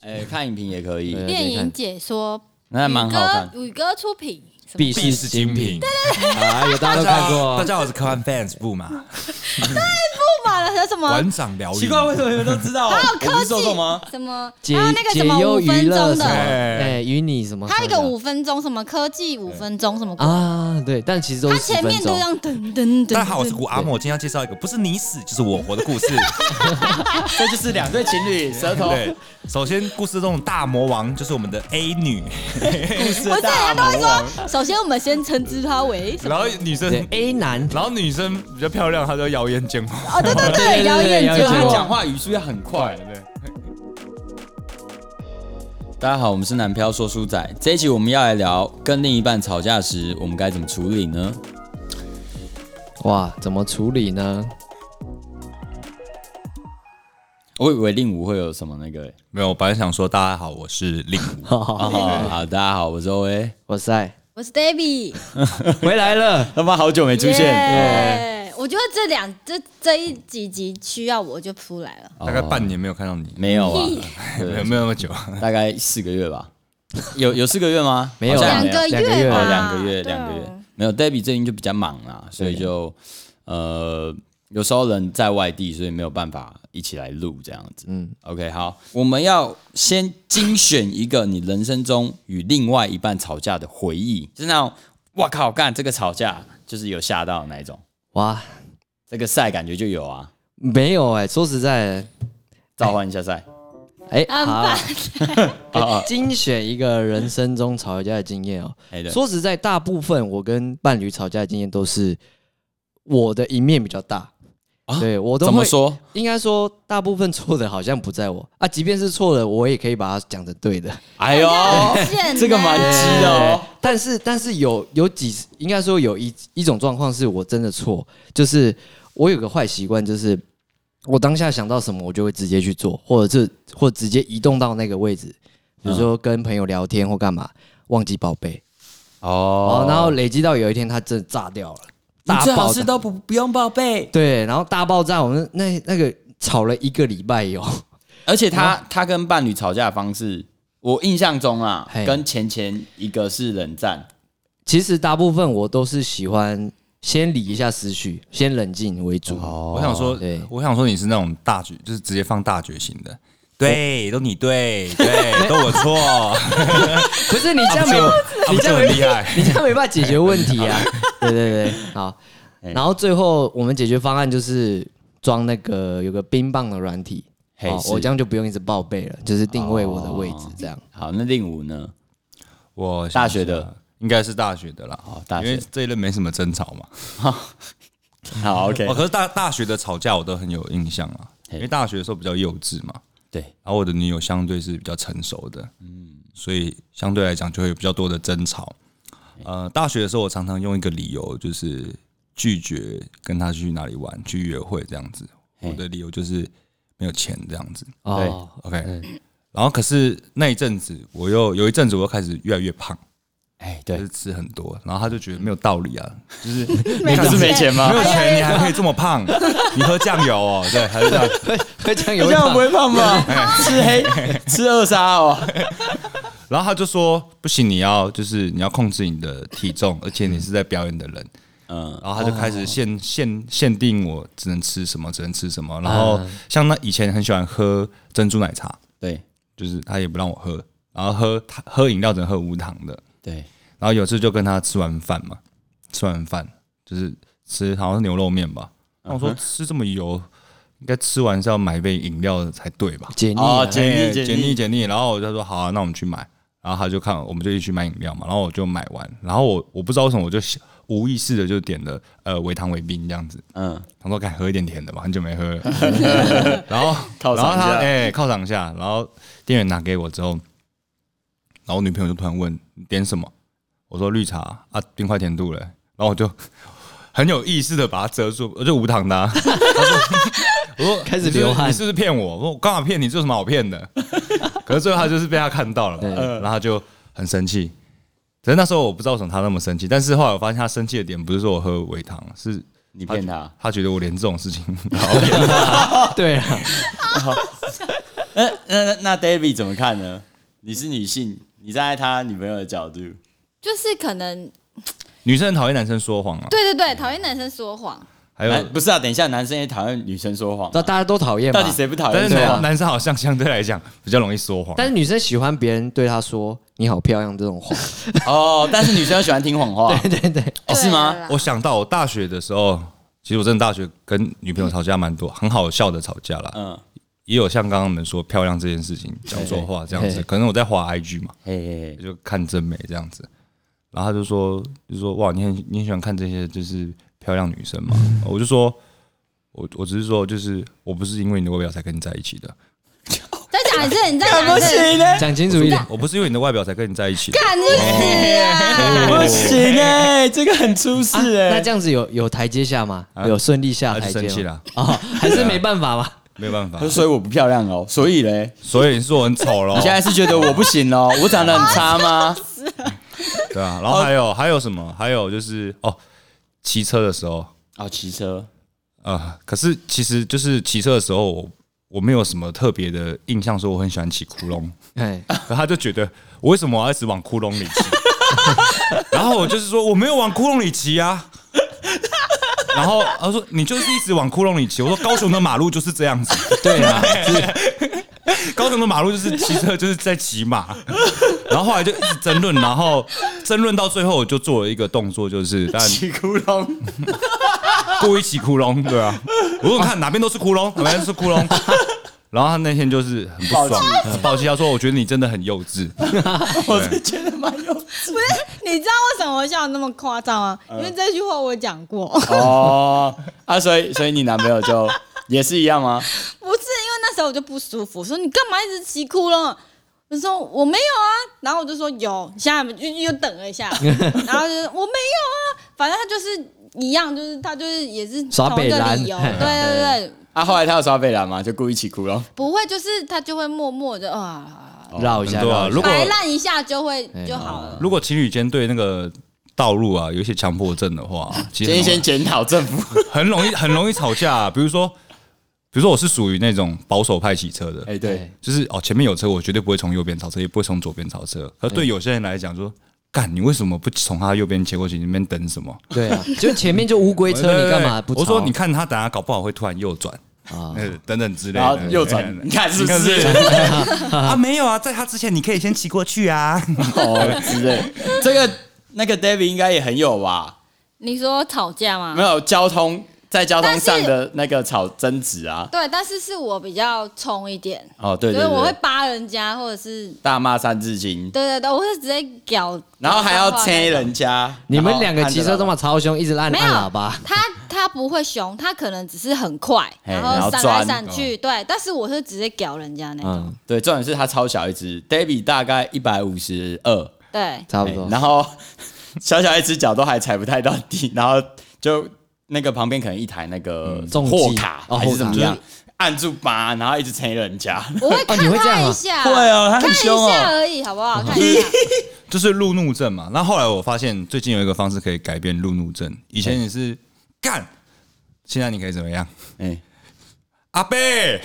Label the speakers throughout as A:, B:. A: 哎，看影评也可以，
B: 对
C: 电影解说，
A: 那还蛮好看
C: 宇。哥宇哥出品，什么
B: 必
D: 必
B: 是
D: 是精
B: 精
D: 品
B: 品。啊，有大家都看过
D: 大。家好，我是科幻 fans 布马，
C: 不嘛了，有什么
D: 馆长疗愈。
A: 奇怪，为什么你们都知道？啊
C: 还有
A: 我不
C: 科
A: 是
C: 技
A: 受众吗？
C: 什么，
B: 解
C: 还有啊那个
B: 解
C: 什么
B: 忧
C: 五
B: 娱
C: 分
B: 乐
C: 钟
B: 什么？
C: 的，
B: 哎，与你什么？
C: 还有一个五分钟什么科技五分钟什么鬼，
B: 啊，对，但其实都
C: 他
B: 是十
C: 前
B: 分
C: 面都
B: 钟
C: 这。样噔噔噔。
D: 大家好，我是古阿莫，今天要介绍一个不是你死就是我活的故事。
A: 这就是两 对情侣舌头
D: 对，首先故事中的大魔王就是我们的 A 女，
A: 故事
C: 不是，
A: 大
C: 人家都会
A: 魔王。
C: 说，首先我们先称之他为什么？
D: 然后女生，
B: 对 A 男，
D: 然后女生比较漂亮，她叫妖艳贱货。
C: 哦，对对
B: 对对对
C: 对，妖艳
B: 妖
A: 就
B: 艳
A: 他
C: 贱
B: 贱
C: 货
A: 讲话语速要很快。
D: 对，
A: 大家好，我们是南漂说书仔。这一集我们要来聊跟另一半吵架时，我们该怎么处理呢？
B: 哇，怎么处理呢？
A: 我以为令武会有什么那个、
D: 没有，我本来想说大家好，我是令武。
A: 哦，好，大家好，我是 O A。
B: 哇塞，
C: 我是 David，
B: 回来了，
A: 他妈好久没出现，
C: 耶我觉得这两这这一几集需要我就出来了，
D: 大概半哦年没有看到你，
A: 没有啊，
C: 屁
D: 没有没有那么久。
A: 大概四个月吧。有有四个月吗？
B: 没有
A: 好像
C: 两个
B: 两个
C: 月
B: 月
C: 吧，
A: 对，呃两个月，
E: 哦
C: 对啊
A: 两个月。没有，Debbie 最近就比较忙啦，
B: 嗯
A: 所以就呃，有时候人在外地，所以没有办法一起来录这样子。嗯，OK，好，我们要先精选一个你人生中与另外一半吵架的回忆，就是那种哇靠，干这个吵架就是有吓到的那一种，
B: 哇，
A: 这个赛感觉就有啊，
B: 没有哎，说实在的，
A: 召唤一下赛。
B: 哎，
C: 嗯
B: 好
C: 吧，
B: 可以精选一个人生中吵架的经验哦。
A: 哎对
B: 说实在，大部分我跟伴侣吵架的经验都是我的一面比较大，
A: 啊
B: 对我都
A: 怎么
B: 会。
A: 说？
B: 应该说，大部分错的好像不在我啊，即便是错了，我也可以把它讲成对的。
A: 哎呦，
C: 很贱呢
A: 这个蛮鸡的哦。
B: 但是但是有有几，应该说有一一种状况是我真的错，就是我有个坏习惯，就是我当下想到什么，我就会直接去做，或者是或直接移动到那个位置，比如说
A: 嗯
B: 跟朋友聊天或干嘛，忘记报备，哦
A: 哦，
B: 然后累积到有一天他真的炸掉了，大
A: 最好
B: 爆
A: 是
B: 炸，
A: 都不不用报备，
B: 对，然后大爆炸，我们那那个吵了一个礼拜有，
A: 而且他他跟伴侣吵架的方式，我印象中啊
B: 嘿，
A: 跟前前一个是冷战，
B: 其实大部分我都是喜欢先理一下思绪，先冷静为主。
A: 哦
D: 我想说
B: 对，
D: 我想说你是那种大决，就是直接放大决心的。对，都你对，对，都我错，
B: 不是你这样没有，
D: 就
B: 你
D: 你
B: 这
D: 就
B: 样
D: 很
B: 没
D: 厉害。
B: 你这样没办法解决问题啊！对对对，好。
A: 哎
B: 然后最后我们解决方案就是装那个有个冰棒的软体，
A: 嘿
B: 哦
A: 是
B: 我这样就不用一直报备了，就是定位我的位置
A: 哦
B: 这样。
A: 好，那令武呢？
D: 我
A: 大
D: 想
A: 学的
D: 一下应该是大学的啦，
A: 哦大
D: 因
A: 学
D: 为这一轮没什么争吵嘛。
A: 好，OK，
D: 哦，可是大大学的吵架我都很有印象啊，
A: 嘿
D: 因为大学的时候比较幼稚嘛，
A: 对，
D: 然后我的女友相对是比较成熟的，嗯，所以相对来讲就会有比较多的争吵。呃，大学的时候我常常用一个理由就是拒绝跟她去哪里玩、去约会这样子，
A: 嘿
D: 我的理由就是没有钱这样子。
B: 哦，
D: OK，、然
A: 嗯
D: 后可是那一阵子我又有一阵子我又开始越来越胖。
A: 哎，
D: 就
A: 对
D: 是，吃很多，然后他就觉得没有道理啊，就是
A: 你不是没钱吗
D: 没？ 有钱你还可以这么胖，你喝酱油哦，对，还是这样。
B: 会这样
A: 这
B: 有一
A: 样不
B: 场
A: 会胖 吧？哎吃黑吃二沙哦，
D: 然后他就说不行，你要就是你要控制你的体重，而且你是在表演的人。
A: 嗯，
D: 然后他就开始限限限定我只能吃什么，只能吃什么。然后像那以前很喜欢喝珍珠奶茶，
A: 对
D: 就是他也不让我喝，然后喝他喝饮料只能喝无糖的。
A: 对，
D: 然后有次就跟他吃完饭嘛，吃完饭就是吃好像是牛肉面吧。那我说吃这么油，应该吃完是要买一杯饮料的才对吧？
B: 解腻
A: 哦
B: 啊
A: 解腻
D: 哎
A: 解腻
D: 解腻解腻。然后我就说好、啊，那我们去买。然后他就看，我们就一起去买饮料嘛。然后我就买完，然后我我不知道为什么我就想无意识的就点了呃微糖微冰这样子。
A: 嗯，
D: 他说：“敢喝一点甜的吧，很久没喝了。”然后，
A: 犒赏一下
D: 然后他哎、犒赏一下。然后店员拿给我之后，然后我女朋友就突然问：“你点什么？”我说：“绿茶啊，冰块甜度了。”然后我就很有意识的把它遮住，我就无糖的、啊。他说我说：“
B: 开始流汗
D: 你是不是你是不是骗我？”我说：“我干嘛骗你？这有什么好骗的？”可是最后他就是被他看到了，然后他就很生气。可是那时候我不知道为什么他那么生气，但是后来我发现他生气的点不是说我喝微糖，是
A: 你骗他，
D: 他觉得我连这种事情，
B: 对啊，
A: 那那那那 David 怎么看呢？你是女性，你站在他女朋友的角度，
C: 就是可能，
D: 女生很讨厌男生说谎啊，
C: 对对对，讨厌男生说谎，
D: 还
A: 哎，
D: 有，
A: 不是啊？等一下，男生也讨厌女生说谎啊，
B: 那大家都讨厌嘛
A: 到底谁不讨
D: 但
A: 厌
D: 是
A: 说
B: 对
D: 男
B: 啊
A: 谎？
D: 男生好像相对来讲比较容易说谎。
B: 但是女生喜欢别人对她说“你好漂亮”这种话，
A: 哦，但是女生喜欢听谎话，
B: 对对对，
A: 哦，
C: 对
A: 是吗？
B: 啊
C: 啦
D: 我想到我大学的时候，其实我真的大学跟女朋友吵架蛮多，很好笑的吵架啦，
A: 嗯，
D: 也有像刚刚我们说漂亮这件事情讲错话这样
B: 嘿
D: 子，
B: 嘿
D: 可能我在滑 IG 嘛，
A: 嘿嘿嘿，
D: 就看真美这样子，然后他就说就说哇，你很你很喜欢看这些就是漂亮女生嘛，
B: 嗯
D: 我就说。我我只是说，就是我不是因为你的外表才跟你在一起的，
C: 再讲一次，你再讲
A: 不
C: 一次，
A: 行呢，
B: 讲清楚一点。
D: 我不是因为你的外表才跟你在一起的。
C: 干你死啊！
A: 不行呢，这个很出
B: 啊
A: 事
B: 那
A: 哎。
B: 这样子有有台阶下吗？有顺利下
D: 他就
B: 台
D: 生气
B: 阶吗？
D: 了，
B: 哦，还是没办法嘛。
D: 没有办法
A: 他。说所以我不漂亮哦，所以嘞，
D: 所以你说我很丑哦咯
A: 你，现在是觉得我不行 喽？我长得很差吗？
D: 对啊。然后还有还有什么？还有就是哦，骑车的时候，
A: 哦，骑车，
D: 呃，可是其实就是骑车的时候，我我没有什么特别的印象，说我很喜欢骑窟窿，
B: 哎，
D: 可他就觉得我为什么我要一直往窟窿里骑？ 然后我就是说我没有往窟窿里骑啊。然后他说你就是一直往窟窿里骑。我说高雄的马路就是这样子，
B: 对啊，
D: 高雄的马路就是骑车就是在骑马，然后后来就一直争论，然后争论到最后，我就做了一个动作，就是但
A: 骑窟窿，
D: 故意起窟窿，对啊，我问看哪边都是窟窿，哪边都是窟窿。 然后他那天就是很不爽，很暴气，他说：“我觉得你真的很幼稚。
A: 我是觉得蛮有
E: 你知道为什么我笑得那么夸张吗？
B: 嗯
E: 因为这句话我讲过，
A: 哦啊，所以所以你男朋友就也是一样吗？
E: 不是因为那时候我就不舒服，我说你干嘛一直骑窟窿？我说我没有啊，然后我就说有，现在就又等了一 下，然后就说我没有啊，反正他就是一样，就是他就是也是
B: 耍
E: 同一
B: 北
E: 个
B: 兰
E: 理 由，对对对，
A: 啊，后来他有刷贝兰吗？就故意起窟窿。
E: 不会就是他就会默默的啊，
B: 绕一下，
D: 很多啊
B: 绕一下
D: 如果
E: 摆烂一下就会
B: 哎
E: 就好了”。
D: 如果情侣间对那个道路啊有一些强迫症 的话，其实
A: 先
D: 很
A: 先检讨政府。
D: 很容易很容易吵架、啊比如说，比如说我是属于那种保守派骑车的，
A: 哎，
B: 对
A: 对，
D: 就是哦，前面有车，我绝对不会从右边超车，也不会从左边超车。而对有些人来讲，说干，你为什么不从他右边切过去？你那边等什么？哎
B: 对啊，就前面就乌龟
A: 哎
B: 车，你干嘛不
A: 啊
B: 吵？
D: 我说你看他等下搞不好会突然右转，
B: 啊，
D: 呃，等等之类
A: 然后
D: 的。哎
A: 右转，你看是不
D: 你
A: 是？
D: 啊，没有啊，在他之前你可以先骑过去啊。
A: 哦，之类。这个那个 David 应该也很有吧？
E: 你说吵架吗
A: 没？有交通在交通上的那个吵争执啊。
E: 对，但是是我比较冲一点，
A: 哦，对
E: 所
A: 对
E: 以我会
A: 对，
E: 扒人家，或者是
A: 大骂三字经，
E: 对对对，我会直接屌，
A: 然后还要切
E: 屌他那种。
A: 人家。
B: 你
A: 然
B: 们
A: 后
B: 两个
A: 按着
B: 骑车
A: 喇叭
B: 他妈超凶，一直按
E: 没有
B: 按喇叭，
E: 他他不会凶，他可能只是很快，
A: 嘿
E: 然
A: 然后
E: 后闪
A: 钻
E: 来
A: 哦
E: 闪去，对。但是我是直接屌人家那种
B: 嗯，，
A: 对，重点是他超小一只，David 大概一百五十二，
E: 对
B: 差不多
A: 哎。然后 小小一只脚都还踩不太到地， 然后就那个旁边可能一台那个
B: 嗯重机
A: 货卡、
B: 哦
A: 还是怎么
B: 货卡
A: 样，按住扒，然后一直捶人家。
E: 我会
B: 哦
E: 看
B: 你会这样
E: 他
B: 啊
E: 一下，
A: 会哦他很
E: 看
A: 凶哦
E: 一下而已，好不好？看 一下，
D: 就是路怒症嘛。那后来我发现，最近有一个方式可以改变路怒症。以前你是干，现在你可以怎么样？
A: 哎、
D: 阿 贝，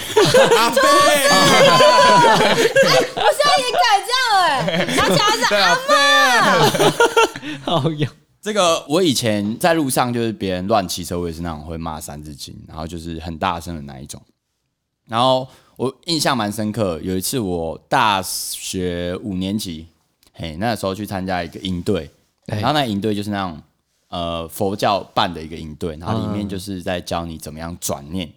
D: 阿贝，
E: 我现哎在也敢这样哎，他讲的是
D: 对阿贝，
B: 好呀，
A: 这个我以前在路上就是别人乱骑车，我也是那种会骂三字经，然后就是很大声的那一种。然后我印象蛮深刻，有一次我大学五年级，嘿，那时候去参加一个营队，
B: 哎
A: 然后那营队就是那种呃佛教办的一个营队，然后里面就是在教你怎么样转念。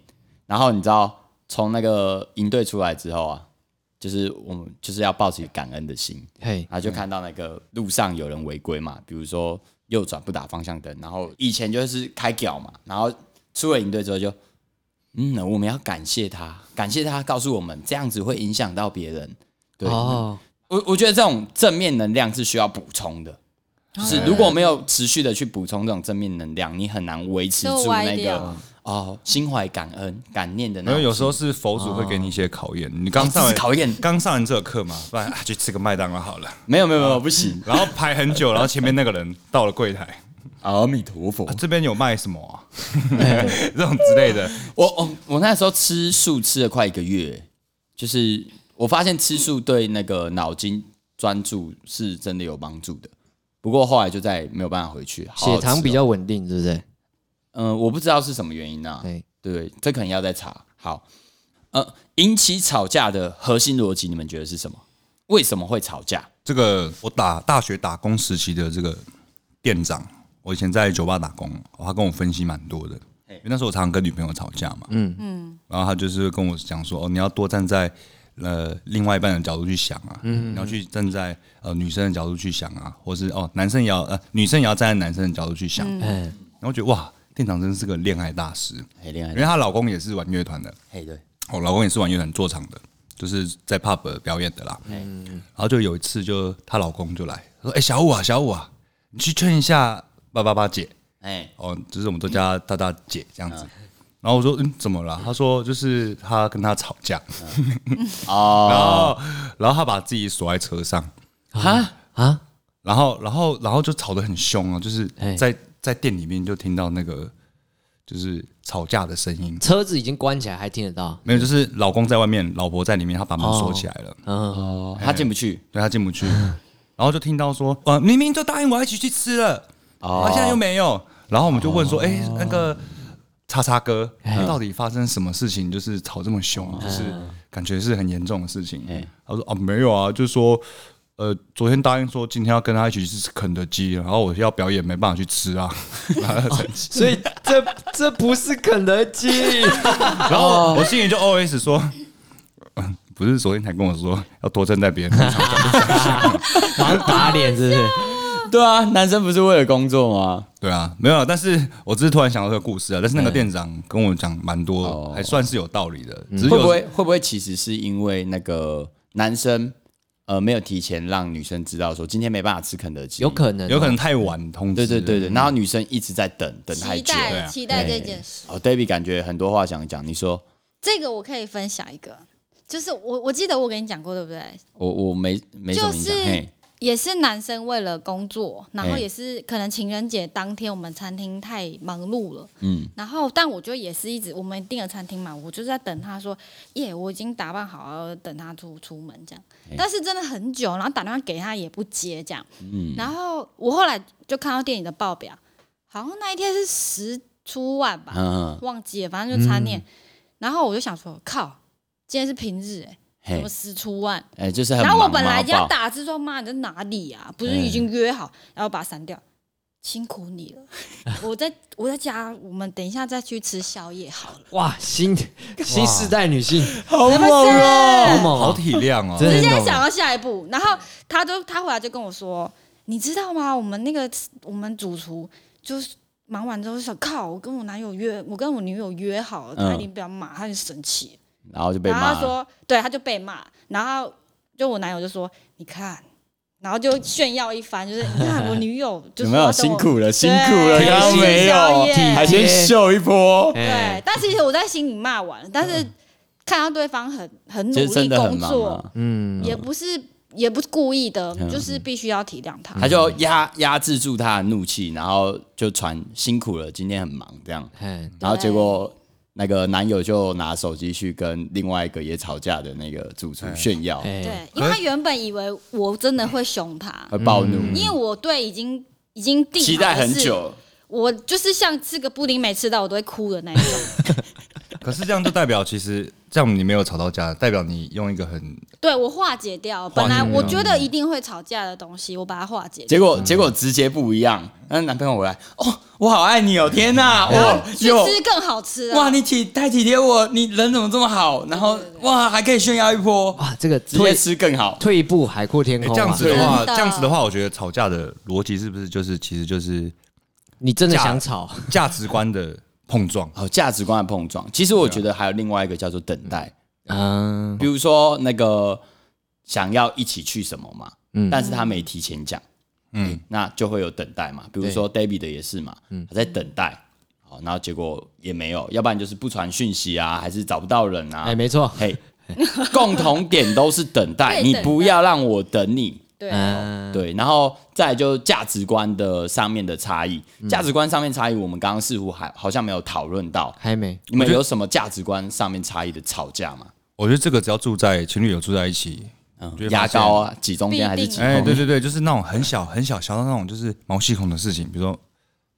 A: 然后你知道从那个营队出来之后啊，就是我们就是要抱持一个感恩的心，
B: 嘿，
A: 然后就看到那个路上有人违规嘛，比如说右转不打方向灯，然后以前就是开屌嘛，然后出了营队之后就，嗯，我们要感谢他，感谢他告诉我们这样子会影响到别人。对，嗯
B: 哦，
A: 我我觉得这种正面能量是需要补充的，
E: 哦
A: 就是如果没有持续的去补充这种正面能量，你很难维持
E: 就
A: 住
E: 歪
A: 那个
E: 掉
A: 哦心怀感恩感念的那
D: 然后
A: 种。
D: 有时候是佛祖会给你一些考验。你刚上
A: 这
D: 完
A: 是考验
D: 刚上完这个课嘛，不然啊去吃个麦当劳好了。
A: 没有啊没有没有不行，
D: 然后排很久，然后前面那个人到了柜台，
A: 阿弥陀佛
D: 啊这边有卖什么啊？ 这种之类的。
A: 哦我我我那时候吃素吃了快一个月，就是我发现吃素对那个脑筋专注是真的有帮助的。不过后来就再也没有办法回去。好好
B: 血糖
A: 吃哦
B: 比较稳定，是不是？
A: 嗯、我不知道是什么原因啊，
B: 对，
A: 对，这可能要再查。好，呃，引起吵架的核心逻辑，你们觉得是什么？为什么会吵架？
D: 这个我打大学打工时期的这个店长，我以前在酒吧打工，他跟我分析蛮多的，因为那时候我常常跟女朋友吵架嘛，嗯嗯，然后他就是跟我讲说，哦，你要多站在呃另外一半的角度去想啊，嗯，你要去站在呃女生的角度去想啊，或是哦男生也要呃女生也要站在男生的角度去想，
B: 嗯，
D: 然后我觉得哇，店长真是个恋爱大师，
A: 哎，恋爱
D: 因为
A: 的，
D: 她老公也是玩乐团的，
A: 哎，对，
D: 我哦老公也是玩乐团做场的，就是在 pub 表演的啦。嗯，然后就有一次就，她老公就来说：“哎、小五啊，小五啊，你去劝一下八八八姐
A: 哎，
D: 哦，就是我们都叫她大大姐这样子。然后我说：“嗯，怎么了？”她说：“就是她跟她吵架，然
A: 哦，
D: 后然后她把自己锁在车上，
A: 哈，
B: 啊，
D: 然后然后然后就吵得很凶啊，就是
B: 哎
D: 在在店里面就听到那个就是吵架的声音。”
B: 车子已经关起来，还听得到。
D: 没有，就是老公在外面，老婆在里面，她把门锁起来了。
B: 嗯，
A: 哦，他进不去，
D: 对他 进不去，然后就听到说，呃，明明就答应我要一起去吃了，
A: 哦
D: 啊，现在又没有，然后我们就问说，哎、那个叉叉哥
B: 哎
D: 到底发生什么事情，就是吵这么凶，就是感觉是很严重的事情
A: 嗯哎。
D: 他说啊，没有啊，就是说。呃，昨天答应说今天要跟他一起去吃肯德基，然后我要表演没办法去吃啊，
B: 所以这这不是肯德 基，
D: 然
A: 哦
D: 后我心里就 OS 说，嗯不是昨天才跟我说要多站在别人的场
B: 然后打脸，是不是？
A: 对啊，男生不是为了工作吗？
D: 对啊，没有啊，但是我只是突然想到这个故事啊。但是那个店长跟我讲蛮
A: 嗯
D: 多
A: 哦，嗯
D: 还算是有道理的。只是
A: 会
D: 有
A: 不会会不会其实是因为那个男生呃没有提前让女生知道说今天没办法吃肯德基？
B: 有可能哦，
D: 有可能太晚通
A: 对对
D: 知？
A: 对对，然后女生一直在等等太
E: 期
A: 久。
D: 对
E: 待
D: 啊
E: 期待这件事。
A: 哦，David 感觉很多话想讲，你说
E: 这个我可以分享一个，就是我我记得我跟你讲过，对不对？
A: 我哦我没没什么印象，
E: 就是
A: 嘿，
E: 也是男生为了工作，然后
A: 哎
E: 也是可能情人节当天我们餐厅太忙碌了，
A: 嗯，
E: 然后但我就也是一直我们订了餐厅嘛，我就是在等他说耶，我已经打扮好了，等他出出门这样，
A: 哎
E: 但是真的很久，然后打电话给他也不接这样，
A: 嗯
E: 然后我后来就看到店里的报表，好像那一天是十出万吧，
A: 嗯，
E: 忘记了，反正就餐点，然后我就想说靠，今天是平日哎、
A: 嘿
E: 怎么，十出万？
A: 哎，就是很
E: 然后我
A: 忙
E: 本来
A: 忙
E: 就要
A: 爆嗯
E: 打字说妈你在哪里啊？不是已经约好，然后把它删掉。辛苦你了， 我在我在家，我们等一下再去吃宵夜好了。
B: 哇，新新世代女性，
A: 好猛哦！
B: 好猛
D: 好
B: 哦，
D: 体谅哦。
B: 真
E: 直接
B: 的很猛
E: 想到下一步，然后他就他回来就跟我说，你知道吗？我们那个我们主厨就是忙完之后就想靠，我跟我男友约，我跟我女友约好了，
A: 嗯
E: 他一定不要骂，他就生气。
A: 然后就被
E: 然后
A: 骂
E: 他
A: 了，
E: 说，对，他就被骂，然后就我男友就说，你看，然后就炫耀一番，就是你 看我女友就
A: 有
E: 是
A: 没有辛苦了，辛苦了，
E: 对
A: 刚刚没有
E: 谢谢宵，夜
A: 还先秀一波，
E: 对
B: 哎，，
E: 但其实我在心里骂完了，但是看到对方很很
A: 嗯
E: 努
A: 其实真
E: 力
A: 的很
E: 工
A: 忙
E: 作，
A: 啊，
B: 嗯，
E: 也不是也不是故意的
A: 嗯，
E: 就是必须要体谅他。
A: 他就压压制住他的怒气，然后就传辛苦了，今天很忙这样，
B: 哎，
A: 然后结果。那个男友就拿手机去跟另外一个也吵架的那个主厨炫耀，
B: 哎，
E: 对，因为他原本以为我真的会凶他，
A: 会暴怒，
E: 因为我对已经已经定
A: 嗯期待
E: 好的
A: 很
E: 事，
A: 久，
E: 我就是像吃个布丁没吃到我都会哭的那一种。
D: 可是这样就代表，其实这样你没有吵到架，代表你用一个很
E: 对我化解掉，
D: 化解
E: 本来
D: 掉
E: 我觉得一定会吵架的东西，我把它化解掉。
A: 结果结果直接不一样。那男朋友回来，哦，我好爱你哦，天哪，哦，
E: 去
A: 有
E: 吃更好吃啊！
A: 哇，你体太体贴我，你人怎么这么好？然后哇，还可以炫耀一波，
B: 哇，这个
A: 直接
B: 退
A: 吃更好。
B: 退一步海阔天
D: 哎
B: 空
D: 这样
B: 啊
D: 子！的
A: 哦
D: 话，
E: 真的
D: 这样子的话，我觉得吵架的逻辑是不是就是其实就是
B: 你真的想吵？
D: 价值观的碰撞？
A: 哦，价值观的碰撞。其实我觉得还有另外一个叫做等待，
B: 嗯
A: 比如说那个想要一起去什么嘛，
B: 嗯
A: 但是他没提前讲，
D: 嗯，
A: 那就会有等待嘛。比如说 David 的也是嘛，
B: 嗯
A: 他在等待，好，然后结果也没有，要不然就是不传讯息啊，还是找不到人啊，
B: 哎，没错，
A: 嘿，共同点都是等待，
E: 对
A: 你
E: 等
A: 不要让我等你。
E: 对，
B: 嗯，
A: 对，然后再来就是价值观的上面的差异，
B: 嗯
A: 价值观上面差异，我们刚刚似乎还好像没有讨论到，
B: 还没，
A: 你们有什么价值观上面差异的吵架吗？
D: 我觉得这个只要住在情侣有住在一起，就
A: 嗯
D: 会，发
A: 牙
D: 现
A: 膏啊，挤中间还是
E: 必定
A: 挤
D: 哎，
A: 后
D: 对
A: 面？
D: 对对，就是那种很小很小小到那种就是毛细孔的事情，比如说，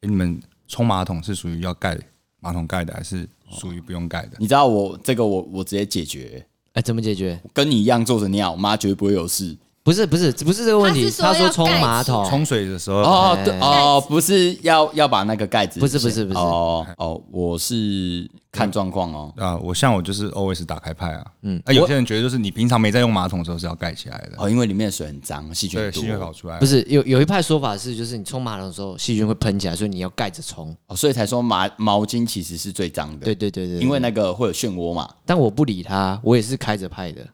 D: 哎你们冲马桶是属于要盖马桶盖的，还是属于不用盖的？
A: 你知道我这个我我直接解决，
B: 哎，怎么解决？
A: 跟你一样坐着尿，妈绝对不会有事。
B: 不是不是不是这个问题，
E: 他
B: 他
E: 是说
B: 说
E: 要
B: 冲马桶，
D: 冲水的时候，
A: 哦，对哦，不是要要把那个盖子
B: 不是
A: 掀
B: 不是不是
A: 哦哦，我是看状况哦。
D: 啊，我像我就是 always 打开派啊，嗯，那有些人觉得就是你平常没在用马桶的时候是要盖起来的，
A: 哦，因为里面的水很脏，细菌
D: 对，细菌
A: 多
D: 跑，出来，
B: 不是有有一派说法是，就是你冲马桶的时候细菌会喷起来，所以你要盖着冲。
A: 哦所以才说毛毛巾其实是最脏的。
B: 对，对对对，对
A: 因为那个会有漩涡嘛。
B: 但我不理他，我也是开着派的，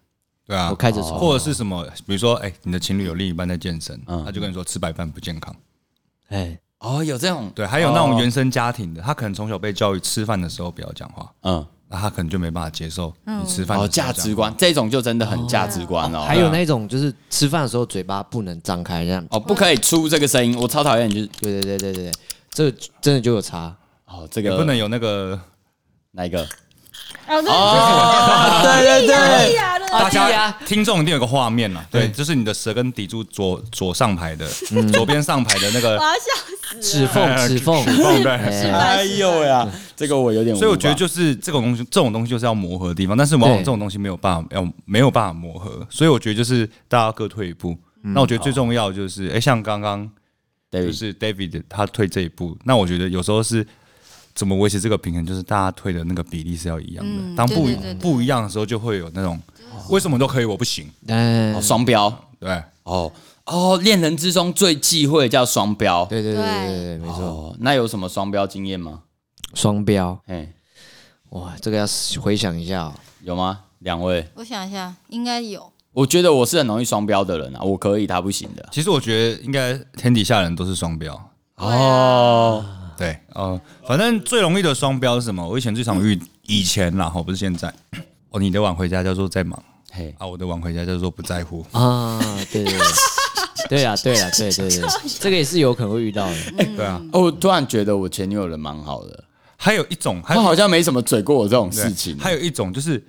D: 对啊
B: 我，开着冲，
D: 或者是什么，比如说，哎，你的情侣有另一半在健身，
A: 嗯
D: 他就跟你说吃白饭不健康，
B: 哎，
A: 哦，有这种
D: 对，还有那种
A: 哦
D: 原生家庭的，他可能从小被教育吃饭的时候不要讲话，
A: 嗯，
D: 那他可能就没办法接受你吃饭
A: 哦，
D: 的时候
A: 价
D: 讲
A: 值观这种就真的很价值观哦。
B: 还有那种就是吃饭的时候嘴巴不能张开这样。
A: 哦，不可以出这个声音，我超讨厌，就是
B: 对对对对对，这真的就有差。
A: 哦，这
D: 也
A: 个
D: 不能有那个
A: 哪一个？
E: 啊，对，
A: 哦，哎对对对，
E: 对哎呀，对
D: 大
B: 对
D: 家
B: 呀
D: 听众一定有个画面啦，对，嗯就是你的舌根抵住左左上排的，左边上排的 那个
E: 我要笑死了。
B: 指缝
D: 啊
B: 指缝，
D: 指哎 缝对
B: 哎
D: 是
A: 哎呦呀，这个我有点无法，
D: 所以我觉得就是这种东西，这种东西就是要磨合的地方，但是往往
B: 对
D: 这种东西没有办法，要没有办法磨合，所以我觉得就是大家各退一步。那我觉得最重要就是，哎、像刚刚就
A: David
D: 是 David 他退这一步，那我觉得有时候是怎么维持这个平衡，就是大家退的那个比例是要一样的。
E: 嗯
D: 当不
E: 对对对对
D: 不一样的时候，就会有那种为什么都可以，我不行，
A: 哦
B: 嗯，
A: 双标
D: 对。
A: 哦哦，恋人之中最忌讳叫双标。
B: 对对对对对对，没错，
A: 哦，那有什么双标经验吗？
B: 双标，
A: 哎，
B: 哇，这个要回想一下哦。
A: 有吗？两位，
E: 我想一下，应该有。
A: 我觉得我是很容易双标的人啊，我可以，他不行的。
D: 其实我觉得应该天底下人都是双标，
A: 哦，
D: 对，呃，反正最容易的双标是什么？我以前最常遇，以前啦，哈，不是现在。 哦，你的晚回家叫做在忙
A: 嘿，
D: 啊，我的晚回家叫做不在乎。
B: 啊，对对对，对啊，对啊，对对对，这个也是有可能会遇到的。
D: 对啊，
A: 哦，我突然觉得我前女友人蛮好的，
D: 还有一种，还
A: 她
D: 有
A: 好像没什么嘴过我这种
D: 对
A: 事情。
D: 还有一种就是，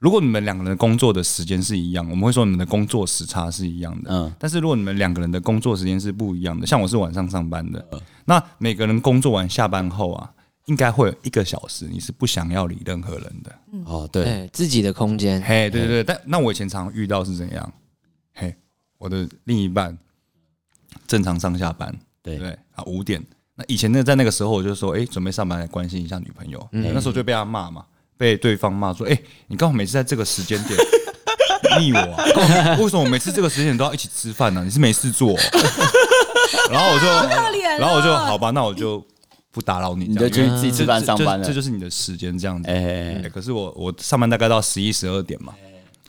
D: 如果你们两个人的工作的时间是一样，我们会说你们的工作时差是一样的。
A: 嗯
D: 嗯，但是如果你们两个人的工作时间是不一样的，像我是晚上上班的，
A: 嗯
D: 那每个人工作完下班后啊，应该会有一个小时你是不想要理任何人的。
A: 哦，对，
B: 哎，自己的空间，
D: 嘿，对对对，但那我以前常遇到是怎样？嘿，我的另一半正常上下班，
A: 对
D: 不对啊，五点。那以前那在那个时候，我就说，哎、准备上班来关心一下女朋友。那时候就被他骂嘛，被对方骂说，哎、你刚好每次在这个时间点腻我、啊，干嘛为什么我每次这个时间点都要一起吃饭呢、你是没事做哦、 然后我就，然后我就
E: 哦
D: 好吧，那我就不打扰你
A: 你
D: 这
A: 就
D: 样，因为
A: 去自己吃饭上班了
D: 这这这。就是你的时间这样子。
A: 哎哎哎
D: 欸可是我我上班大概到十一十二点嘛，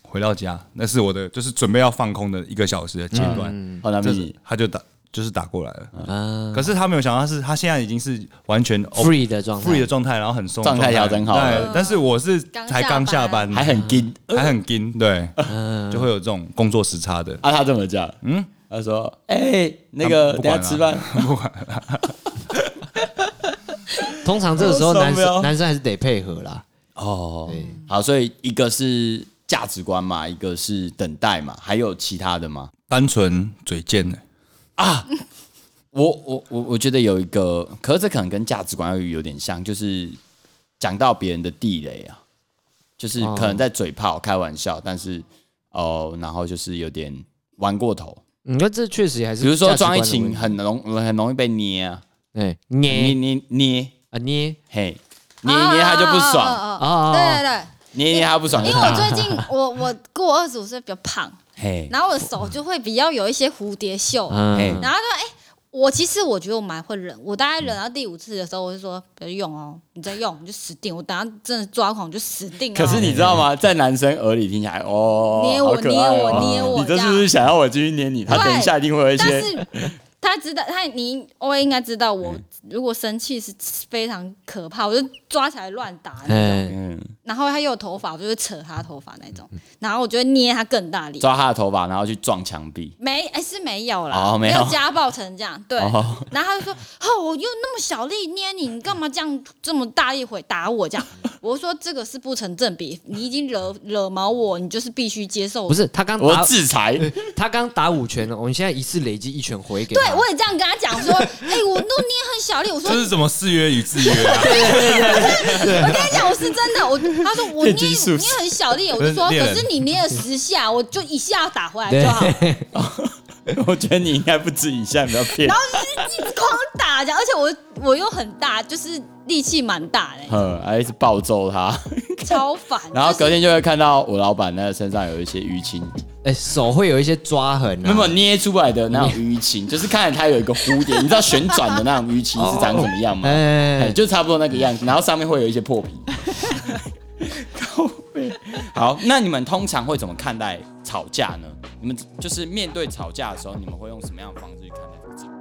D: 回到家那是我的就是准备要放空的一个小时的阶段，
A: 好难
D: 这
A: 为
D: 是
A: 你
D: 他就打就是打过来了，
A: 嗯啊
D: 可是他没有想到他是他现在已经是完全哦
B: 哦 free 的状态
D: free 的状态，然后很松的
A: 状态调整好了
D: 对，但是我是
E: 刚
D: 才
E: 下
D: 刚下
E: 班啊
D: 班，
A: 还很嗯硬
D: 还很紧，对，就会有这种工作时差的。
A: 啊，他怎么讲？嗯，他说：“哎，那个
D: 他不
A: 等下
D: 管
A: 吃饭，
B: 通常这个时 候男
A: 双标
B: 生男生还是得配合啦。
A: 哦，好，所以一个是价值观嘛，一个是等待嘛，还有其他的吗？
D: 单纯嘴贱的，
A: 我我我我觉得有一个，可是这可能跟价值观又有点像，就是讲到别人的地雷啊，就是可能在嘴炮开玩笑，但是哦、然后就是有点玩过头，
B: 嗯，那这确实还是
A: 比如说
B: 价值观
A: 庄
B: 的
A: 一
B: 问题
A: 晴很容很容易被捏啊，
B: 哎
A: 捏
B: 捏
A: 捏捏，
B: 啊捏
A: 嘿，捏
E: 啊
A: 一捏他就不爽，啊
E: 哦哦哦
B: 啊
E: 哦对对对，
A: 捏一捏他不爽就
E: 因为我
A: 打，
E: 最近我我过二十五岁比较 胖，
A: 嘿，
E: 然后我的手就会比较有一些蝴蝶袖，
A: 嘿
B: 嗯
E: 然后就哎、我其实我觉得我蛮会忍，我大概
A: 嗯
E: 忍到第五次的时候，我就说不要用哦，你再用你就死定，我等下真的抓狂就死定了。
A: 可是你知道吗？在男生耳里听起来，哦，
E: 捏
A: 好
E: 我
A: 可爱哦
E: 捏我捏我
A: 你这是不是想要我继续捏你？他
E: 对
A: 等一下一定会有一
E: 但
A: 些嗯
E: 是他他知道他你我也应该知道我如果生气是非常可怕，我就抓起来乱打那种。
B: 嗯，
A: 嗯，
E: 然后他又有头发，我就会扯他头发那种，然后我就会捏他更大力。
A: 抓他的头发，然后去撞墙壁。
E: 没，哎、是没有啦，
A: 哦没有
E: 家暴成这样，对。
A: 哦，
E: 然后他就说：“ 哦，我又那么小力捏你，你干嘛这样这么大力回打我？”这样，我说这个是不成正比，你已经惹惹毛我，你就是必须接受。
B: 不，是他刚
A: 我
B: 打
A: 制 裁，
B: 他刚打五拳了，我们现在一次累积一拳回给
E: 对
B: 他。
E: 我也这样跟他讲说：“哎、我都捏很小力。”我说
D: 这：“是怎么誓约与制 约啊？
E: 我跟你讲，我是真的。我”他说：“我捏
A: 电击术士
E: 捏很小力。”我就说：“
D: 猎人
E: 可是你捏了十下，我就一下打回来就好。”
A: 我觉得你应该不止一下，不要骗
E: 然。后就是一直狂打这样，而且我我又很大，就是力气蛮大 的、
A: 嗯，还一直暴揍 他，
E: 超烦。
A: 然后
E: 就是
A: 隔天就会看到我老板那个身上有一些淤青，嗯
B: 哎，手会有一些抓痕啊。
A: 那么捏出来的那种淤青，就是看着它有一个蝴蝶，你知道旋转的那种淤青是长什么样吗？哎，
B: 哎，
A: 就差不多那个样子，然后上面会有一些破皮。好，那你们通常会怎么看待吵架呢？你们就是面对吵架的时候，你们会用什么样的方式去看待这个吵架？